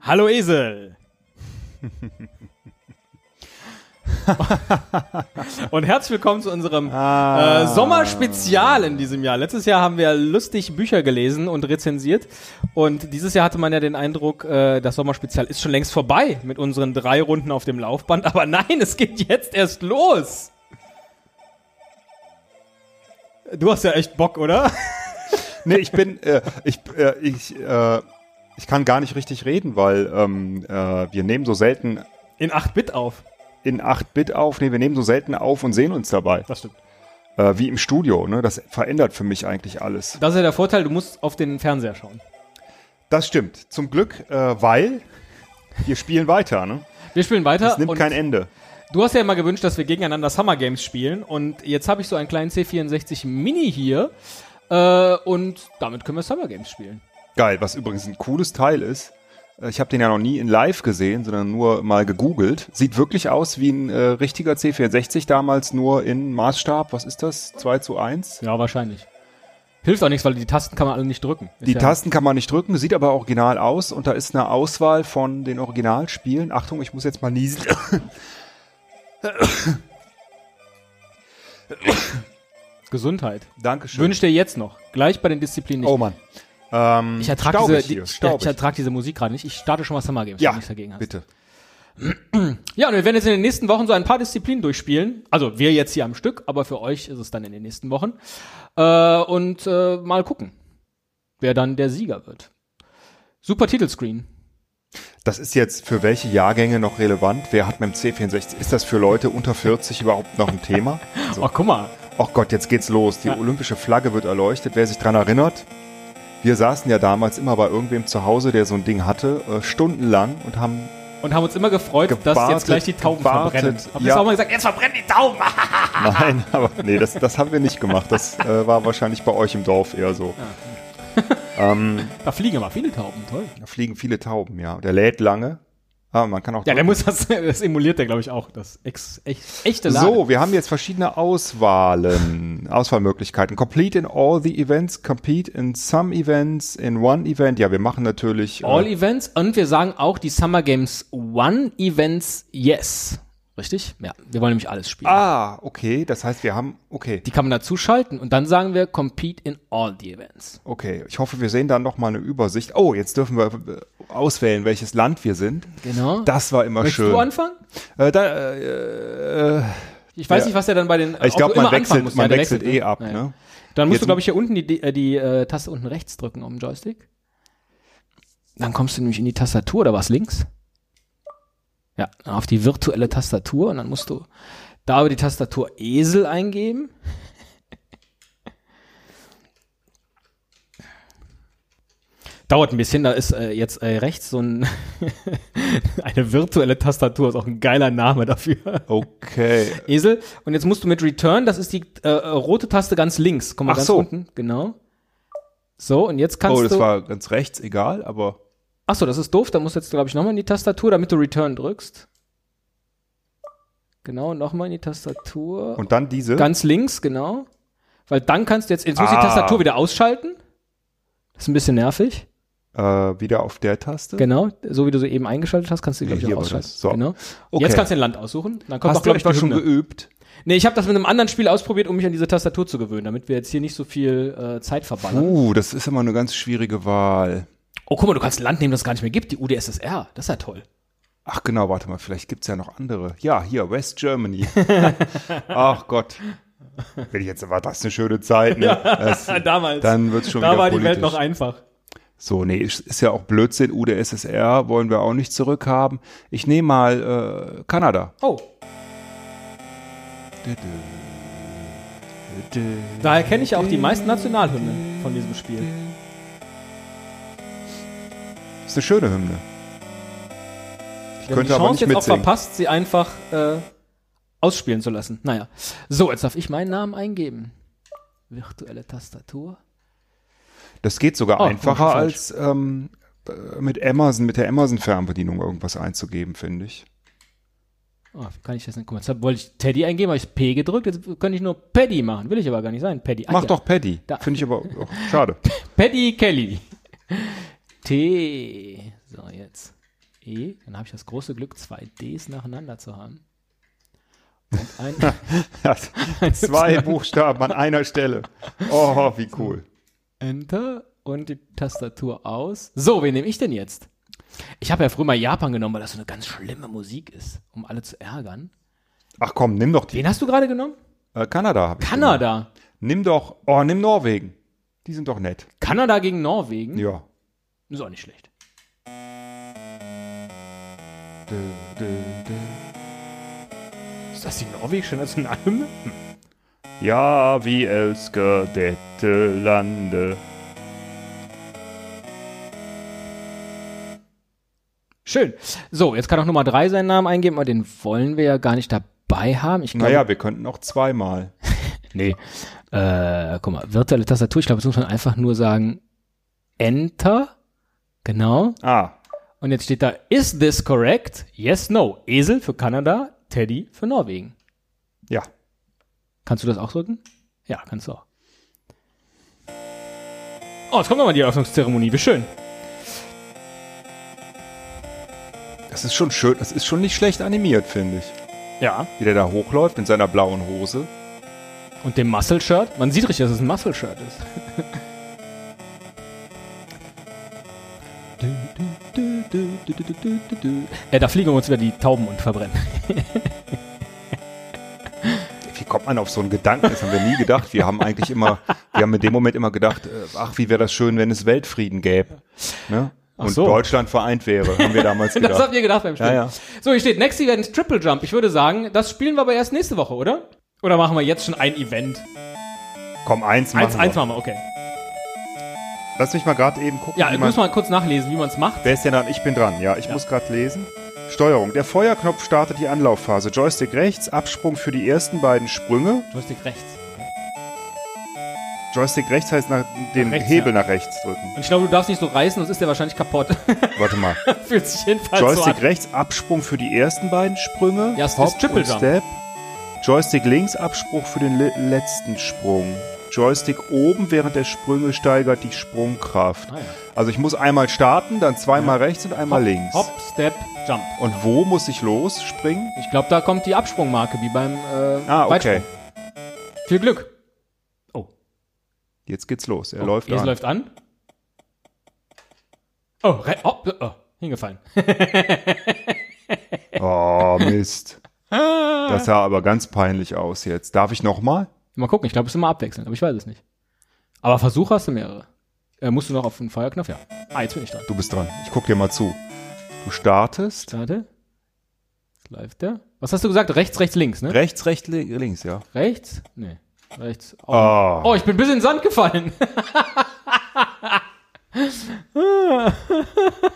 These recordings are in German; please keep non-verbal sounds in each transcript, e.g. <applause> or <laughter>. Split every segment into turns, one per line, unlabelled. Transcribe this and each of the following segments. Hallo Esel! <laughs> Und herzlich willkommen zu unserem äh, Sommerspezial in diesem Jahr. Letztes Jahr haben wir lustig Bücher gelesen und rezensiert. Und dieses Jahr hatte man ja den Eindruck, äh, das Sommerspezial ist schon längst vorbei mit unseren drei Runden auf dem Laufband. Aber nein, es geht jetzt erst los. Du hast ja echt Bock, oder?
Nee, ich bin, äh, ich, äh, ich, äh, ich kann gar nicht richtig reden, weil ähm, äh, wir nehmen so selten
In 8-Bit auf.
in 8-Bit auf, nee, wir nehmen so selten auf und sehen uns dabei,
Das stimmt.
äh, wie im Studio, ne? Das verändert für mich eigentlich alles.
Das ist ja der Vorteil, du musst auf den Fernseher schauen.
Das stimmt, zum Glück, äh, weil wir spielen weiter, ne?
Wir spielen weiter.
Es nimmt
und
kein Ende.
Du hast ja immer gewünscht, dass wir gegeneinander Summer Games spielen und jetzt habe ich so einen kleinen C64 Mini hier äh, und damit können wir Summer Games spielen.
Geil, was übrigens ein cooles Teil ist. äh, Ich habe den ja noch nie in live gesehen, sondern nur mal gegoogelt. Sieht wirklich aus wie ein äh, richtiger C64 damals, nur in Maßstab, was ist das? 2 zu 1?
Ja, wahrscheinlich. Hilft auch nichts, weil die Tasten kann man alle nicht drücken. Ist
Die
ja,
Tasten kann man nicht drücken, sieht aber original aus und da ist eine Auswahl von den Originalspielen. Achtung, ich muss jetzt mal
<laughs>
niesen.
Gesundheit.
Dankeschön.
Wünsch dir jetzt noch. Gleich bei den Disziplinen nicht.
oh Mann. Ähm,
ich ertrage
staubig
diese,
hier,
die, ich,
staubig.
ich ertrag diese Musik gerade nicht. Ich starte schon mal Summer Games,
ja,
wenn du nichts dagegen hast.
bitte.
Ja, und wir werden jetzt in den nächsten Wochen so ein paar Disziplinen durchspielen. Also wir jetzt hier am Stück, aber für euch ist es dann in den nächsten Wochen. Äh, und äh, mal gucken, wer dann der Sieger wird. Super Titelscreen.
Das ist jetzt für welche Jahrgänge noch relevant? Wer hat mit dem C64? Ist das für Leute unter 40 überhaupt noch
<laughs>
ein Thema?
Oh, guck mal.
Oh Gott, jetzt geht's los. Die olympische Flagge wird erleuchtet. Wer sich dran erinnert, wir saßen ja damals immer bei irgendwem zu Hause, der so ein Ding hatte, äh, stundenlang und haben
Und haben uns immer gefreut, dass
Gewartet,
jetzt gleich die Tauben
gewartet,
verbrennen. Hab ich
ja.
auch mal gesagt, jetzt verbrennen die Tauben. Ah.
Nein, aber nee, das, das haben wir nicht gemacht. Das äh, war wahrscheinlich bei euch im Dorf eher so. ähm,
Da fliegen aber viele Tauben, toll.
da fliegen viele Tauben, ja. Der lädt lange. Ah, man kann auch.
Ja, der muss das, das emuliert der, glaube ich, auch. Das ex, echt, echte Laden.
so, wir haben jetzt verschiedene Auswahlen, <laughs> Auswahlmöglichkeiten. Complete in all the events, compete in some events, in one event. Ja, wir machen natürlich. äh,
All Events und wir sagen auch die Summer Games One Events Yes. Richtig? Ja, wir wollen nämlich alles spielen.
ah, okay. Das heißt, wir haben. Okay,
Die kann man dazu schalten und dann sagen wir Compete in all the events.
okay. Ich hoffe, wir sehen dann noch mal eine Übersicht. Oh, jetzt dürfen wir äh, auswählen, welches Land wir sind.
Genau.
Das war immer
Möchtest
schön.
du anfangen?
Äh, da, äh, äh,
Ich weiß
Ja.
nicht, was er dann bei den.
Ich
ob
glaube,
du
man
immer anfangen
wechselt,
musst.
man
der
wechselt eh
ne?
ab.
Ja, ja.
Ne?
Dann musst
Jetzt-
du, glaube ich, hier unten die, die, äh, die äh, Taste unten rechts drücken auf dem Joystick. Dann kommst du nämlich in die Tastatur oder was links? Ja, auf die virtuelle Tastatur und dann musst du da über die Tastatur Esel eingeben. <laughs> Dauert ein bisschen, da ist äh, jetzt äh, rechts so ein <laughs> eine virtuelle Tastatur, ist auch ein geiler Name dafür.
Okay.
Esel. Und jetzt musst du mit Return, das ist die äh, äh, rote Taste ganz links. Komm mal
Ach
ganz
so.
unten. Genau. So, und jetzt kannst
Oh, das
du.
war ganz rechts, egal, aber
Ach so, das ist doof. Da musst du jetzt, glaube ich, nochmal in die Tastatur, damit du Return drückst. Genau, nochmal in die Tastatur.
und dann diese.
ganz links, genau. Weil dann kannst du jetzt. Jetzt muss die
Ah.
Tastatur wieder ausschalten. Das ist ein bisschen nervig.
äh, wieder auf der Taste.
Genau. So wie du sie eben eingeschaltet hast, kannst du die,
Nee,
glaube ich,
hier
auch
war
ausschalten.
das. So.
Genau.
Okay.
Jetzt kannst du ein Land aussuchen. Dann kommt auch,
Hast du
glaube ich, die
etwa schon
Hymne.
geübt?
Nee, ich habe das mit einem anderen Spiel ausprobiert, um mich an diese Tastatur zu gewöhnen, damit wir jetzt hier nicht so viel äh, Zeit verballern.
Uh, das ist immer eine ganz schwierige Wahl.
Oh, guck mal, du kannst ein Land nehmen, das es gar nicht mehr gibt, die UdSSR. Das ist ja toll.
Ach genau, warte mal, vielleicht gibt's ja noch andere. Ja, hier,
<laughs>
West Germany. Ach Gott. Wenn ich jetzt, war das eine schöne Zeit, ne? Das,
<laughs> Damals.
dann wird's schon
da
wieder
war die
politisch.
Welt noch einfach.
So, nee, ist, ist ja auch Blödsinn. UdSSR wollen wir auch nicht zurückhaben. Ich nehme mal äh, Kanada.
Oh, daher kenne ich auch die meisten Nationalhymnen von diesem Spiel.
Ist eine schöne Hymne.
Ich
könnte
die
aber
Chance
nicht
jetzt auch
mitsingen.
verpasst, sie einfach äh, ausspielen zu lassen. Naja. So, jetzt darf ich meinen Namen eingeben. Virtuelle Tastatur.
Das geht sogar
Oh,
einfacher
falsch.
als ähm, äh, mit Amazon, mit der Amazon-Fernbedienung irgendwas einzugeben, finde ich.
Oh, wie kann ich das nicht? Guck mal, jetzt wollte ich Teddy eingeben, habe ich P gedrückt, jetzt könnte ich nur Paddy machen. Will ich aber gar nicht sein. Paddy. Ach
Mach
ja.
doch Paddy.
Da.
Finde ich aber oh,
<laughs>
schade.
Paddy Kelly. T. So, jetzt. E, dann habe ich das große Glück, zwei Ds nacheinander zu haben. Und ein, ein
Zwei
Y.
Buchstaben an einer Stelle. Oh, wie cool.
Enter und die Tastatur aus. So, wen nehme ich denn jetzt? Ich habe ja früher mal Japan genommen, weil das so eine ganz schlimme Musik ist, um alle zu ärgern.
Ach komm, nimm doch die.
Wen hast du gerade genommen?
Äh, Kanada habe ich. genommen.
Kanada.
Nimm doch, oh, nimm Norwegen. Die sind doch nett.
Kanada gegen Norwegen.
Ja.
Ist auch nicht schlecht.
Dö, dö, dö.
Ist das die norwegische Nationalhymne? Hm.
Ja, wie Elskerdette Lande.
Schön. So, jetzt kann auch Nummer 3 seinen Namen eingeben, aber den wollen wir ja gar nicht dabei haben. Ich glaube,
Naja, wir könnten auch zweimal.
nee. Äh, guck mal, virtuelle Tastatur, ich glaube, jetzt muss man einfach nur sagen Enter. Genau.
Ah,
Und jetzt steht da, is this correct? Yes, no. Esel für Kanada, Teddy für Norwegen.
ja.
Kannst du das auch drücken? Ja, kannst du auch. Oh, jetzt kommt nochmal die Eröffnungszeremonie. Wie schön.
Das ist schon schön, das ist schon nicht schlecht animiert, finde ich.
Ja.
Wie der da hochläuft in seiner blauen Hose.
Und dem Muscle-Shirt? Man sieht richtig, dass es ein Muscle-Shirt ist. Äh, da fliegen uns wieder die Tauben und verbrennen.
Wie kommt man auf so einen Gedanken? Das haben wir nie gedacht. Wir haben eigentlich immer, wir haben in dem Moment immer gedacht, äh, ach, wie wäre das schön, wenn es Weltfrieden gäbe. Ne? Und
so.
Deutschland vereint wäre, haben wir
<laughs>
damals
Das habt
gedacht.
ihr gedacht beim Spiel.
Ja, ja.
So, hier steht Next Event Triple Jump. Ich würde sagen, das spielen wir aber erst nächste Woche, oder? Oder machen wir jetzt schon ein Event?
Komm, eins machen
Eins, eins
wir.
machen wir, okay.
Lass mich mal gerade eben gucken.
Ja,
wie
ich
man-
muss mal kurz nachlesen, wie man es macht.
Wer ist denn dran? Ich bin dran. Ja, ich muss gerade lesen. Steuerung. Der Feuerknopf startet die Anlaufphase. Joystick rechts, Absprung für die ersten beiden Sprünge.
Joystick rechts.
Joystick rechts heißt nach den
Nach rechts,
Hebel nach rechts drücken.
<laughs> Und ich glaube, du darfst nicht so reißen, sonst ist der wahrscheinlich kaputt. <laughs>
Warte mal.
Fühlt sich jedenfalls so
Joystick
an.
rechts, Absprung für die ersten beiden Sprünge.
Ja, es ist
Hop
Triple
und
Jump.
Step. Joystick links, Abspruch für den le letzten Sprung. Joystick oben während der Sprünge steigert die Sprungkraft.
Ah, ja.
Also ich muss einmal starten, dann zweimal rechts und einmal links.
Hop, Step, Jump.
Und wo muss ich los springen?
Ich glaube, da kommt die Absprungmarke, wie beim äh,
Ah, okay.
Weitsprung. Viel Glück. Oh,
Jetzt geht's los. Er
oh
läuft
Esel
an.
läuft an. Oh, re- oh, oh, hingefallen.
Oh,
<laughs>
Mist. Das sah aber ganz peinlich aus jetzt. Darf ich nochmal?
Mal gucken, ich glaube, es ist immer abwechselnd, aber ich weiß es nicht. Aber Versuch hast du mehrere. Äh, musst du noch auf den Feuerknopf? Ja. Ah, jetzt bin ich dran.
Du bist dran. Ich guck dir mal zu. Du startest.
Warte. Jetzt läuft der. Was hast du gesagt? Rechts, rechts, links, ne?
Rechts, rechts, li- links, ja.
rechts? Nee. Rechts. Oh.
Ah.
Oh, ich bin bis in den Sand gefallen. <laughs>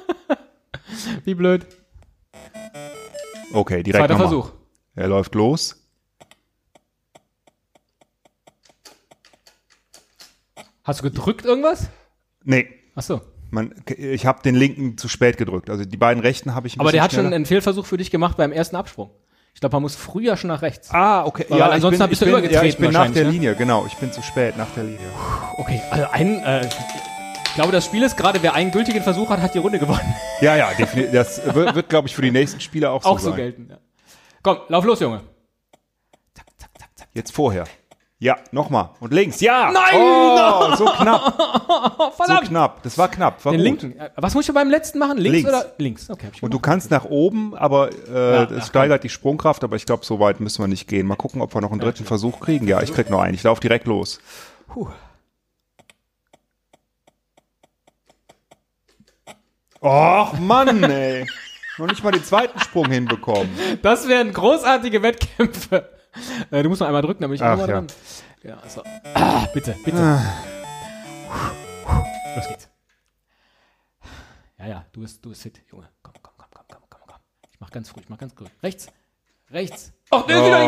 Wie blöd.
Okay, direkt
Zweiter
nochmal.
Versuch.
Er läuft los.
Hast du gedrückt irgendwas?
Nee,
Ach so.
man, ich habe den linken zu spät gedrückt. Also die beiden rechten habe ich ein
Aber der
bisschen
hat schon
schneller-
einen Fehlversuch für dich gemacht beim ersten Absprung. Ich glaube, man muss früher schon nach rechts.
Ah, okay.
Weil
ich
ansonsten
bin-
bist du
ich bin-
übergetreten
Ja, ich bin nach
wahrscheinlich,
der
ne?
Linie, genau. Ich bin zu spät, nach der Linie.
Okay, also ein, äh, ich glaube, das Spiel ist gerade, wer einen gültigen Versuch hat, hat die Runde gewonnen.
Ja, ja, definitiv. Das wird, wird glaube ich, für die nächsten Spieler auch so
Auch so
sein.
gelten. Ja. Komm, lauf los, Junge. Zack, zack, zack, zack.
Jetzt vorher. Ja, nochmal. Und links. Ja!
Nein!
Oh, so knapp,
Oh,
so
<laughs> verdammt!
knapp. Das war knapp, war
Den
gut.
linken. Äh, Was muss ich beim letzten machen? Links,
Links.
oder? Links, okay. Hab ich
Und du kannst nach oben, aber
Ja,
äh,
ach, komm.
es steigert die Sprungkraft, aber ich glaube, so weit müssen wir nicht gehen. Mal gucken, ob wir noch einen dritten Versuch kriegen. Ja, ich krieg noch einen. Ich laufe direkt los.
Puh.
Och, Mann, ey. noch nicht mal den zweiten Sprung hinbekommen.
Das wären großartige Wettkämpfe. Äh, du musst noch einmal drücken, damit ich
Ach,
nochmal
ja.
dran. Ja, so. Ah, bitte, bitte.
Ah.
Los geht's. Ja, ja, du bist, du bist fit, Junge. Komm, komm, komm, komm, komm, komm, komm. Ich mach ganz früh, ich mach ganz früh. Rechts, rechts. Och, der ist
Oh.
wieder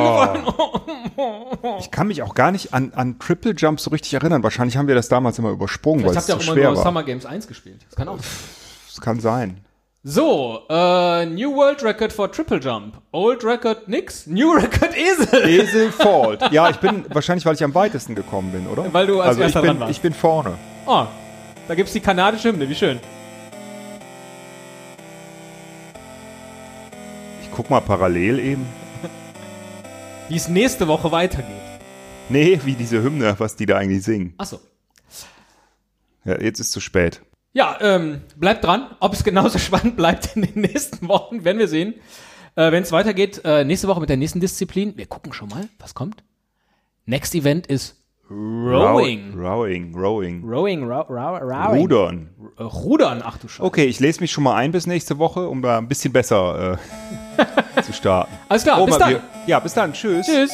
hingefallen.
Ich kann mich auch gar nicht an, an Triple Jump so richtig erinnern. Wahrscheinlich haben wir das damals immer übersprungen, weil
Vielleicht
es
habt ihr
so
auch immer
schwer
nur
war.
Summer Games 1 gespielt. Das kann auch.
Das kann sein.
So, äh, New World Record for Triple Jump. Old Record nix. New <laughs> Record Esel.
Esel Fault. Ja, ich bin wahrscheinlich, weil ich am weitesten gekommen bin, oder?
Weil du als
also
Erster
ich bin,
dran warst.
Ich bin vorne.
Oh, da gibt's die kanadische Hymne, wie schön.
guck mal parallel eben.
Wie es nächste Woche weitergeht.
Nee, wie diese Hymne, was die da eigentlich singen.
Achso.
Ja, jetzt ist zu spät.
Ja, ähm, bleibt dran. Ob es genauso <laughs> spannend bleibt in den nächsten Wochen, werden wir sehen. Äh, Wenn es weitergeht, äh, nächste Woche mit der nächsten Disziplin. Wir gucken schon mal, was kommt. Next Event ist Rowing.
Rowing, Rowing.
Rowing, row, row, rowing.
Rudern.
Äh, Rudern, ach du Scheiße.
Okay, ich lese mich schon mal ein bis nächste Woche, um da ein bisschen besser äh, <laughs> zu starten.
Alles klar, bis
Oma,
dann.
wir- Ja, bis dann. Tschüss.
Tschüss.